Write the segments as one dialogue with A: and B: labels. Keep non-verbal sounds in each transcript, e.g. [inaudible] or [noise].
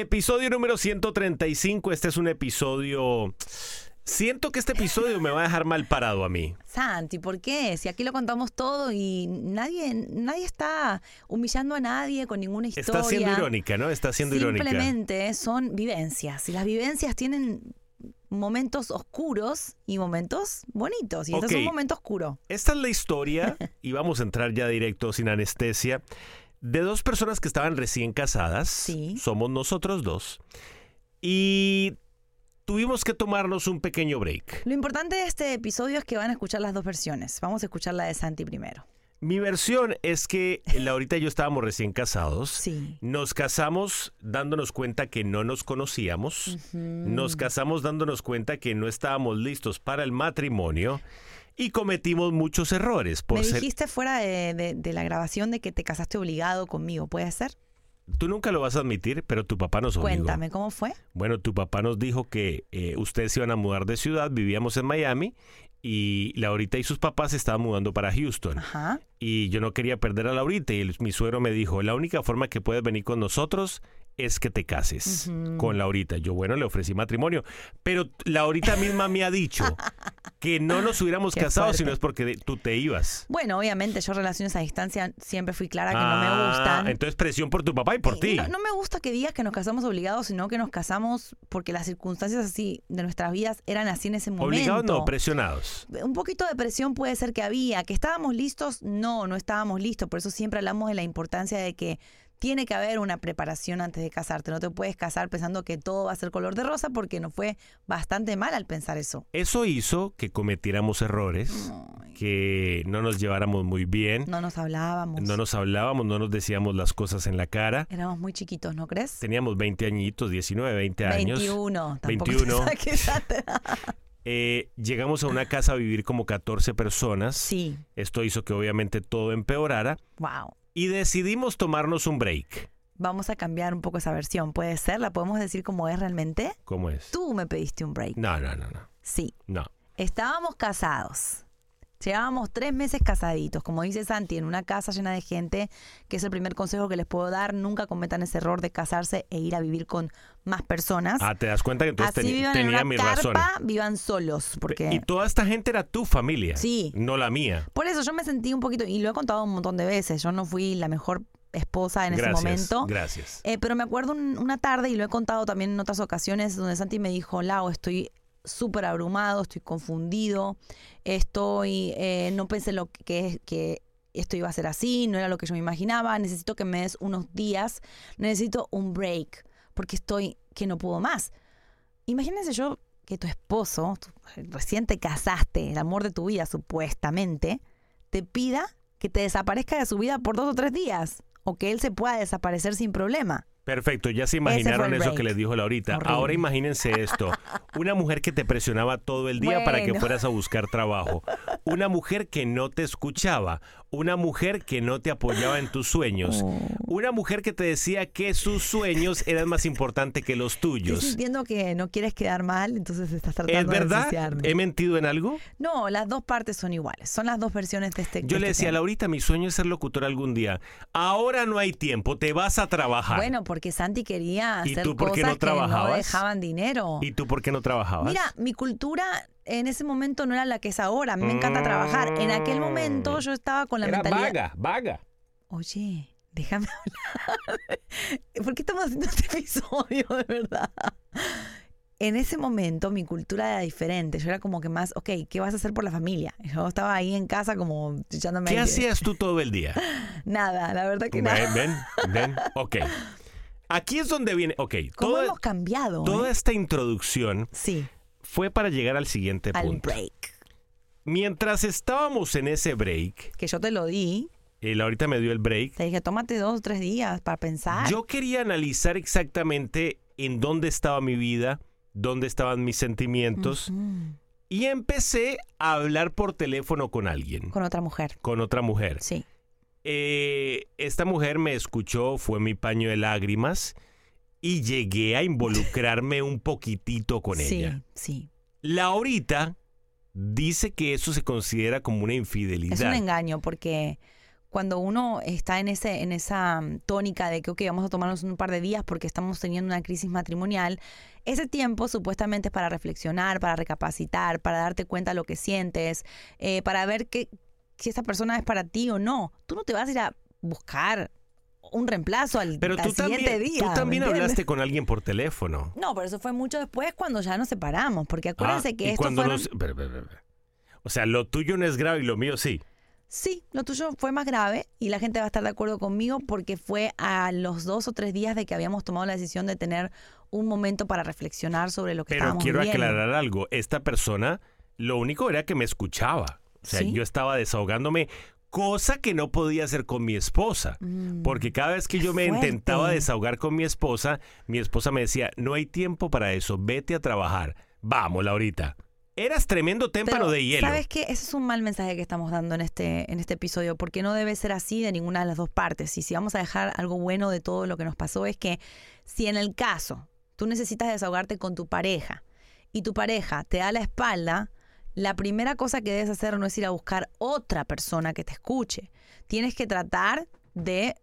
A: Episodio número 135. Este es un episodio. Siento que este episodio me va a dejar mal parado a mí.
B: Santi, ¿por qué? Si aquí lo contamos todo y nadie, nadie está humillando a nadie con ninguna historia.
A: Está siendo irónica, ¿no? Está siendo irónica.
B: Simplemente son vivencias. Y las vivencias tienen momentos oscuros y momentos bonitos. Y este es
A: Ok.
B: un momento oscuro.
A: Esta es la historia, y vamos a entrar ya directo sin anestesia, de dos personas que estaban recién casadas.
B: Sí.
A: Somos nosotros dos. Y tuvimos que tomarnos un pequeño break.
B: Lo importante de este episodio es que van a escuchar las dos versiones. Vamos a escuchar la de Santi primero.
A: Mi versión es que Laurita y yo estábamos recién casados.
B: Sí.
A: Nos casamos dándonos cuenta que no nos conocíamos.
B: Mm.
A: Nos casamos dándonos cuenta que no estábamos listos para el matrimonio. Y cometimos muchos errores por
B: Me
A: ser...
B: dijiste fuera de, de- de la grabación de que te casaste obligado conmigo, ¿puede ser?
A: Tú nunca lo vas a admitir, pero tu papá nos obligó.
B: Cuéntame, ¿cómo fue?
A: Bueno, tu papá nos dijo que eh, ustedes se iban a mudar de ciudad, vivíamos en Miami y Laurita y sus papás se estaban mudando para Houston.
B: Ajá.
A: Y yo no quería perder a Laurita y el- mi suegro me dijo, la única forma que puedes venir con nosotros es que te cases con Laurita. Yo, bueno, le ofrecí matrimonio, pero t- Laurita misma me ha
B: [laughs]
A: dicho que no nos hubiéramos
B: Qué
A: casado si
B: fuerte.
A: no es porque de- tú te ibas.
B: Bueno, obviamente yo relaciones a distancia siempre fui clara que no me
A: Ah,
B: gustan.
A: Entonces presión por tu papá y por
B: Y
A: ti.
B: No, no me gusta que digas que nos casamos obligados, sino que nos casamos porque las circunstancias así de nuestras vidas eran así en ese momento.
A: Obligados no, presionados.
B: un poquito de presión puede ser que había, que estábamos listos, no, no estábamos listos, por eso siempre hablamos de la importancia de que tiene que haber una preparación antes de casarte, no te puedes casar pensando que todo va a ser color de rosa porque nos fue bastante mal al pensar eso.
A: Eso hizo que cometiéramos errores, que no nos lleváramos muy bien,
B: Mm. No nos hablábamos,
A: no nos hablábamos, no nos decíamos las cosas en la cara.
B: éramos muy chiquitos, ¿no crees?
A: Teníamos 20 añitos, 19, 20 años.
B: 21, tampoco
A: 21.
B: te
A: [laughs]
B: saques tanta edad.
A: Eh, llegamos a una casa a vivir como 14 personas.
B: Sí,
A: Esto hizo que obviamente todo empeorara
B: wow.
A: y decidimos tomarnos un break.
B: Vamos a cambiar un poco esa versión, ¿puede ser? ¿La podemos decir como es realmente?
A: ¿Cómo es?
B: Tú me pediste un break.
A: No, no, no, no.
B: Sí,
A: No.
B: Estábamos casados. Llevábamos tres meses casaditos, como dice Santi, en una casa llena de gente, que es el primer consejo que les puedo dar. Nunca cometan ese error de casarse e ir a vivir con más personas.
A: Ah, te das cuenta que entonces
B: Así
A: teni-
B: vivan en
A: tenía
B: una
A: mi
B: carpa,
A: razón.
B: vivan solos. Porque...
A: Y toda esta gente era tu familia.
B: Sí.
A: No la mía.
B: Por eso yo me sentí un poquito, y lo he contado un montón de veces, yo no fui la mejor esposa en
A: gracias.
B: ese momento.
A: Gracias.
B: Eh, pero me acuerdo un- una tarde, y lo he contado también en otras ocasiones, donde Santi me dijo, Lau, estoy súper abrumado, estoy confundido, estoy, eh, no pensé lo que- que, que esto iba a ser así, no era lo que yo me imaginaba, necesito que me des unos días, necesito un break, porque estoy que no puedo más. Imagínense yo que tu esposo, tú recién te casaste, el amor de tu vida supuestamente, te pida que te desaparezca de su vida por dos o tres días, o que él se pueda desaparecer sin problema.
A: Perfecto, ya se
B: fue el
A: imaginaron eso
B: break.
A: que les dijo Laurita.
B: Horrible.
A: Ahora imagínense esto. Una mujer que te presionaba todo el día para que
B: Bueno.
A: fueras a buscar trabajo. Una mujer que no te escuchaba. Una mujer que no te apoyaba en tus sueños.
B: Oh.
A: Una mujer que te decía que sus sueños eran más importantes que los
B: Estoy
A: tuyos.
B: sintiendo que no quieres quedar mal, entonces estás tratando
A: ¿Es
B: de
A: verdad? Em-
B: ensuciarme.
A: ¿He mentido en algo?
B: No, las dos partes son iguales, son las dos versiones de este
A: Yo
B: de
A: le
B: este
A: decía a
B: tema.
A: Laurita, mi sueño es ser locutor algún día. Ahora no hay tiempo, te vas a trabajar.
B: Bueno, porque Santi quería
A: ¿Y
B: hacer
A: tú por qué no
B: cosas que no
A: trabajabas?
B: dejaban dinero.
A: ¿Y tú por qué no trabajabas?
B: Mira, mi cultura en ese momento no era la que es ahora. A mí me encanta trabajar. En aquel
A: Mm.
B: momento yo estaba con la
A: Era
B: mentalidad.
A: vaga, vaga.
B: Oye, déjame hablar. [laughs] ¿Por qué estamos haciendo este episodio de verdad? En ese momento mi cultura era diferente. Yo era como que más, ok, ¿qué vas a hacer por la familia? Yo estaba ahí en casa como echándome [laughs]
A: ¿Qué
B: aire.
A: hacías tú todo el día?
B: Nada, la verdad que nada.
A: Ven, ven, ven. Ok. Aquí es donde viene. Ok.
B: ¿Cómo
A: Toda,
B: hemos cambiado?
A: toda
B: eh?
A: esta introducción
B: Sí,
A: fue para llegar al siguiente
B: al
A: punto.
B: break.
A: Mientras estábamos en ese break,
B: Que yo te lo di.
A: él ahorita me dio el break,
B: Te dije, tómate dos o tres días para pensar.
A: yo quería analizar exactamente en dónde estaba mi vida, dónde estaban mis sentimientos,
B: Mm,
A: y empecé a hablar por teléfono con alguien,
B: con otra mujer.
A: con otra mujer.
B: Sí.
A: Eh, esta mujer me escuchó, fue mi paño de lágrimas y llegué a involucrarme un poquitito con
B: sí,
A: ella.
B: sí.
A: Laurita dice que eso se considera como una
B: Es un
A: infidelidad.
B: engaño porque cuando uno está en, ese, en esa mm, tónica de que, ok, vamos a tomarnos un par de días porque estamos teniendo una crisis matrimonial, ese tiempo supuestamente es para reflexionar, para recapacitar, para darte cuenta de lo que sientes, eh, para ver que, si esta persona es para ti o no. Tú no te vas a ir a buscar un reemplazo al,
A: Pero
B: al
A: tú
B: siguiente
A: también,
B: día.
A: tú
B: ¿me
A: también
B: entiendes?
A: hablaste con alguien por teléfono.
B: No, pero eso fue mucho después cuando ya nos separamos, porque acuérdense
A: Ah,
B: que
A: y
B: esto
A: cuando
B: fueron-
A: nos- pero, pero, pero, pero. O sea, lo tuyo no es grave y lo mío sí.
B: Sí, lo tuyo fue más grave y la gente va a estar de acuerdo conmigo porque fue a los dos o tres días de que habíamos tomado la decisión de tener un momento para reflexionar sobre lo que
A: Pero
B: estábamos
A: quiero
B: viviendo.
A: aclarar algo. Esta persona, lo único era que me escuchaba. O sea,
B: Sí.
A: yo estaba desahogándome, cosa que no podía hacer con mi esposa.
B: Mm.
A: Porque cada vez que
B: Qué
A: yo me
B: fuerte.
A: intentaba desahogar con mi esposa, mi esposa me decía, no hay tiempo para eso, vete a trabajar. Vamos, Laurita. Eras tremendo témpano
B: Pero,
A: de hielo.
B: ¿Sabes qué? Ese es un mal mensaje que estamos dando en este, en este episodio, porque no debe ser así de ninguna de las dos partes. Y si vamos a dejar algo bueno de todo lo que nos pasó es que si en el caso tú necesitas desahogarte con tu pareja y tu pareja te da la espalda, la primera cosa que debes hacer no es ir a buscar otra persona que te escuche. Tienes que tratar de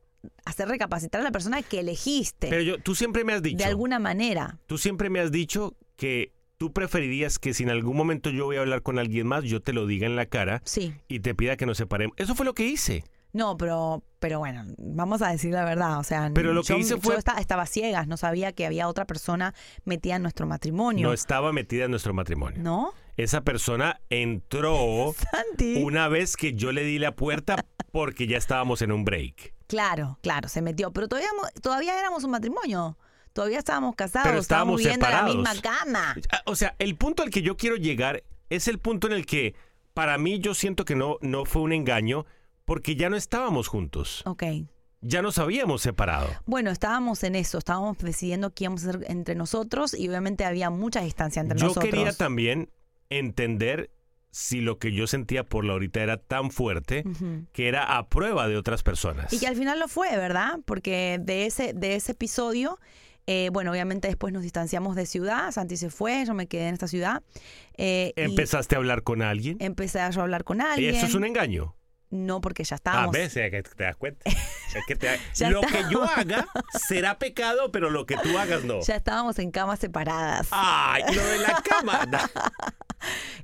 B: hacer recapacitar a la persona que elegiste
A: Pero yo, tú siempre me has dicho,
B: de alguna manera.
A: tú siempre me has dicho que tú preferirías que si en algún momento yo voy a hablar con alguien más, yo te lo diga en la cara
B: Sí.
A: y te pida que nos separemos. Eso fue lo que hice.
B: No, pero, pero bueno, vamos a decir la verdad. O sea,
A: Pero lo que
B: yo,
A: hice
B: yo
A: fue-
B: esta- estaba ciegas, no sabía que había otra persona metida en nuestro matrimonio.
A: No estaba metida en nuestro matrimonio.
B: ¿No? [laughs]
A: Esa persona entró
B: Santi.
A: una vez que yo le di la puerta porque ya estábamos en un break.
B: Claro, claro, se metió. Pero todavía, mo- todavía éramos un matrimonio. Todavía estábamos casados,
A: Pero estábamos
B: viviendo en la
A: separados.
B: misma cama.
A: Ah, O sea, el punto al que yo quiero llegar es el punto en el que para mí yo siento que no, no fue un engaño porque ya no estábamos juntos.
B: Ok.
A: Ya nos habíamos separado.
B: Bueno, estábamos en eso, estábamos decidiendo qué íbamos a hacer entre nosotros y obviamente había mucha distancia entre
A: yo
B: nosotros.
A: quería también entender si lo que yo sentía por la ahorita era tan fuerte
B: Ujú.
A: que era a prueba de otras personas.
B: Mm. Y que al final lo fue, ¿verdad? Porque de ese, de ese episodio, eh, bueno, obviamente después nos distanciamos de ciudad, Santi se fue, yo me quedé en esta ciudad. eh, y
A: ¿Empezaste a hablar con alguien?
B: Empecé a yo hablar con
A: ¿Y
B: Eh, alguien.
A: eso es Ah, un engaño?
B: No, porque
A: A
B: ya estábamos.
A: veces que te das
B: [laughs]
A: cuenta. Es que te-
B: Ya
A: lo que yo haga será pecado, pero lo que tú hagas no.
B: [laughs] Ya estábamos en camas separadas.
A: Ay, lo de la cama.
B: [laughs]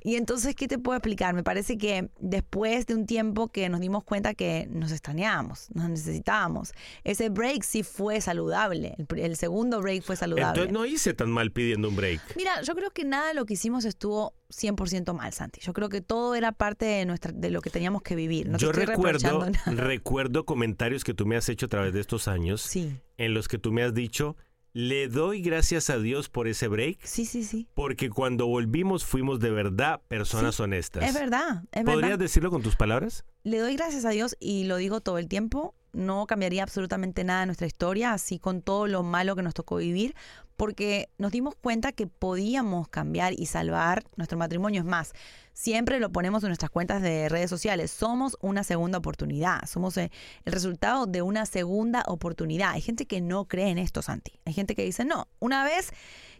B: Y entonces, ¿qué te puedo explicar? Me parece que después de un tiempo que nos dimos cuenta que nos extrañábamos, nos necesitábamos. Ese break sí fue saludable. El, pr- el segundo break fue saludable.
A: Entonces no hice tan mal pidiendo un break.
B: Mira, yo creo que nada de lo que hicimos estuvo 100% mal, Santi. Yo creo que todo era parte de nuestra de lo que teníamos que vivir. No te
A: Yo
B: estoy
A: recuerdo, [laughs]
B: reprochando [laughs] nada.
A: recuerdo comentarios que tú me has hecho a través de estos años
B: Sí,
A: en los que tú me has dicho, le doy gracias a Dios por ese break,
B: sí, sí, sí.
A: porque cuando volvimos fuimos de verdad personas honestas.
B: Es verdad, es
A: ¿Podrías
B: verdad.
A: decirlo con tus palabras?
B: Le doy gracias a Dios y lo digo todo el tiempo. No cambiaría absolutamente nada de nuestra historia, así con todo lo malo que nos tocó vivir, porque nos dimos cuenta que podíamos cambiar y salvar nuestro matrimonio. Es más, siempre lo ponemos en nuestras cuentas de redes sociales. Somos una segunda oportunidad, somos eh, el resultado de una segunda oportunidad. Hay gente que no cree en esto, Santi. Hay gente que dice, no, una vez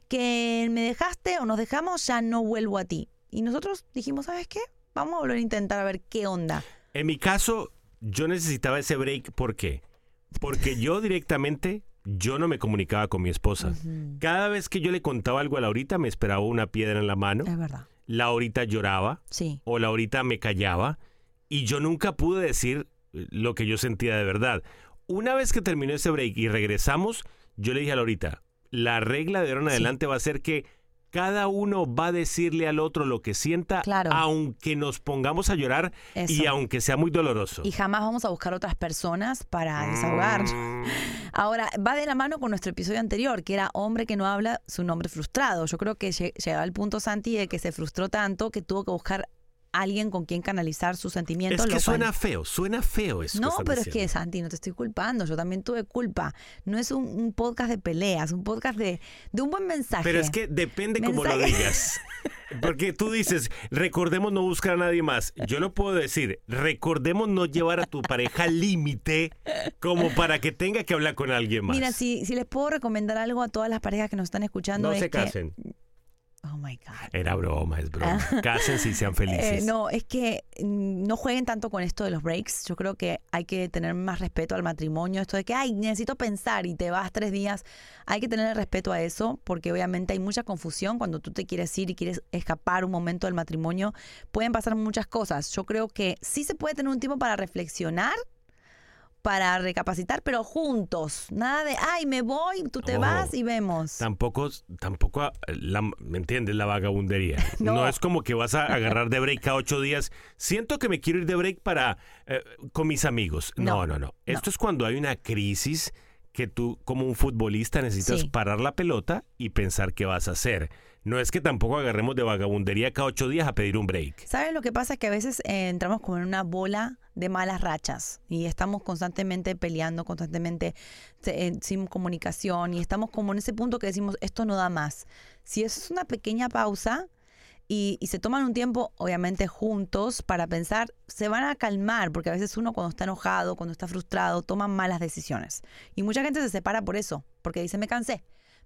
B: que me dejaste o nos dejamos, ya no vuelvo a ti. Y nosotros dijimos, ¿sabes qué? Vamos a volver a intentar a ver qué onda.
A: En mi caso, yo necesitaba ese break. ¿Por qué? Porque yo directamente, yo no me comunicaba con mi esposa.
B: Ujú.
A: Cada vez que yo le contaba algo a Laurita, me esperaba una piedra en la mano.
B: Es verdad,
A: Laurita lloraba
B: sí.
A: o Laurita me callaba. Y yo nunca pude decir eh, lo que yo sentía de verdad. Una vez que terminó ese break y regresamos, yo le dije a Laurita, la regla de ahora en
B: Sí.
A: adelante va a ser que cada uno va a decirle al otro lo que sienta,
B: Claro.
A: aunque nos pongamos a llorar
B: Eso.
A: y aunque sea muy doloroso.
B: Y jamás vamos a buscar otras personas para
A: Mm.
B: desahogar. Ahora, va de la mano con nuestro episodio anterior, que era hombre que no habla su nombre frustrado. Yo creo que lle- llegaba al punto, Santi, de que se frustró tanto que tuvo que buscar alguien con quien canalizar sus sentimientos.
A: Es
B: lo
A: que
B: cual-
A: suena feo, suena feo eso. que
B: No,
A: estás
B: pero es que
A: diciendo.
B: Santi, no te estoy culpando, yo también tuve culpa. No es un, un podcast de peleas, un podcast de, de un buen mensaje.
A: Pero es que depende como lo
B: Mensaje.
A: digas. Porque tú dices, recordemos no buscar a nadie más. Yo lo puedo decir, recordemos no llevar a tu pareja al límite como para que tenga que hablar con alguien más.
B: Mira, si, si les puedo recomendar algo a todas las parejas que nos están escuchando
A: no
B: es
A: se
B: que-
A: casen.
B: Oh my God.
A: Era broma, es broma. Cásense y sean
B: Eh,
A: felices.
B: no, es que mm, no jueguen tanto con esto de los breaks. Yo creo que hay que tener más respeto al matrimonio. Esto de que, ay, necesito pensar y te vas tres días. Hay que tener el respeto a eso porque obviamente hay mucha confusión cuando tú te quieres ir y quieres escapar un momento del matrimonio. Pueden pasar muchas cosas. Yo creo que sí se puede tener un tiempo para reflexionar, para recapacitar, pero juntos. Nada de, ay, me voy, tú te
A: Oh.
B: vas y vemos.
A: Tampoco, tampoco, a- la, ¿me entiendes? La vagabundería.
B: No.
A: No. es como que vas a agarrar de break a ocho días. Siento que me quiero ir de break para eh, con mis amigos. No,
B: No,
A: no, no, Esto es cuando hay una crisis que tú, como un futbolista, necesitas
B: Sí.
A: parar la pelota y pensar qué vas a hacer. No es que tampoco agarremos de vagabundería cada ocho días a pedir un break.
B: ¿Sabes lo que pasa? Es que a veces eh, entramos como en una bola de malas rachas y estamos constantemente peleando, constantemente se- eh, sin comunicación y estamos como en ese punto que decimos, esto no da más. Si eso es una pequeña pausa y, y se toman un tiempo, obviamente juntos, para pensar, se van a calmar, porque a veces uno cuando está enojado, cuando está frustrado, toma malas decisiones. Y mucha gente se separa por eso, porque dice, me cansé,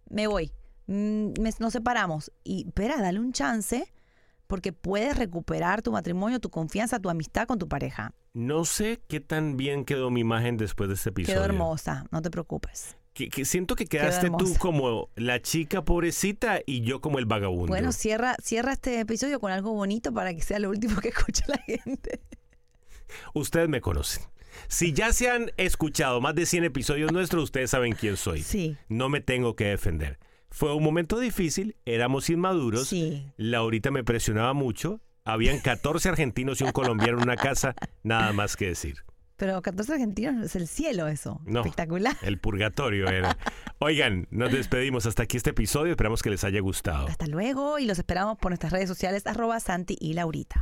B: me voy, mm, me- nos separamos. Y espera, dale un chance porque puedes recuperar tu matrimonio, tu confianza, tu amistad con tu pareja.
A: No sé qué tan bien quedó mi imagen después de este episodio.
B: Quedó hermosa, no te preocupes.
A: Que, que siento que quedaste tú
B: hermosa.
A: como la chica pobrecita y yo como el vagabundo.
B: Bueno, cierra, cierra este episodio con algo bonito para que sea lo último que [laughs] escuche la gente.
A: Ustedes me conocen. Si ya se han escuchado más de 100 episodios nuestros, ustedes saben quién soy.
B: Sí,
A: No me tengo que defender. Fue un momento difícil, éramos inmaduros.
B: sí.
A: Laurita me presionaba mucho. Habían 14 argentinos y un colombiano en una casa, nada más que decir.
B: Pero 14 argentinos es el cielo eso.
A: No.
B: Espectacular.
A: El purgatorio era. Oigan, nos despedimos hasta aquí este episodio, esperamos que les haya gustado.
B: Hasta luego y los esperamos por nuestras redes sociales arroba Santi y Laurita.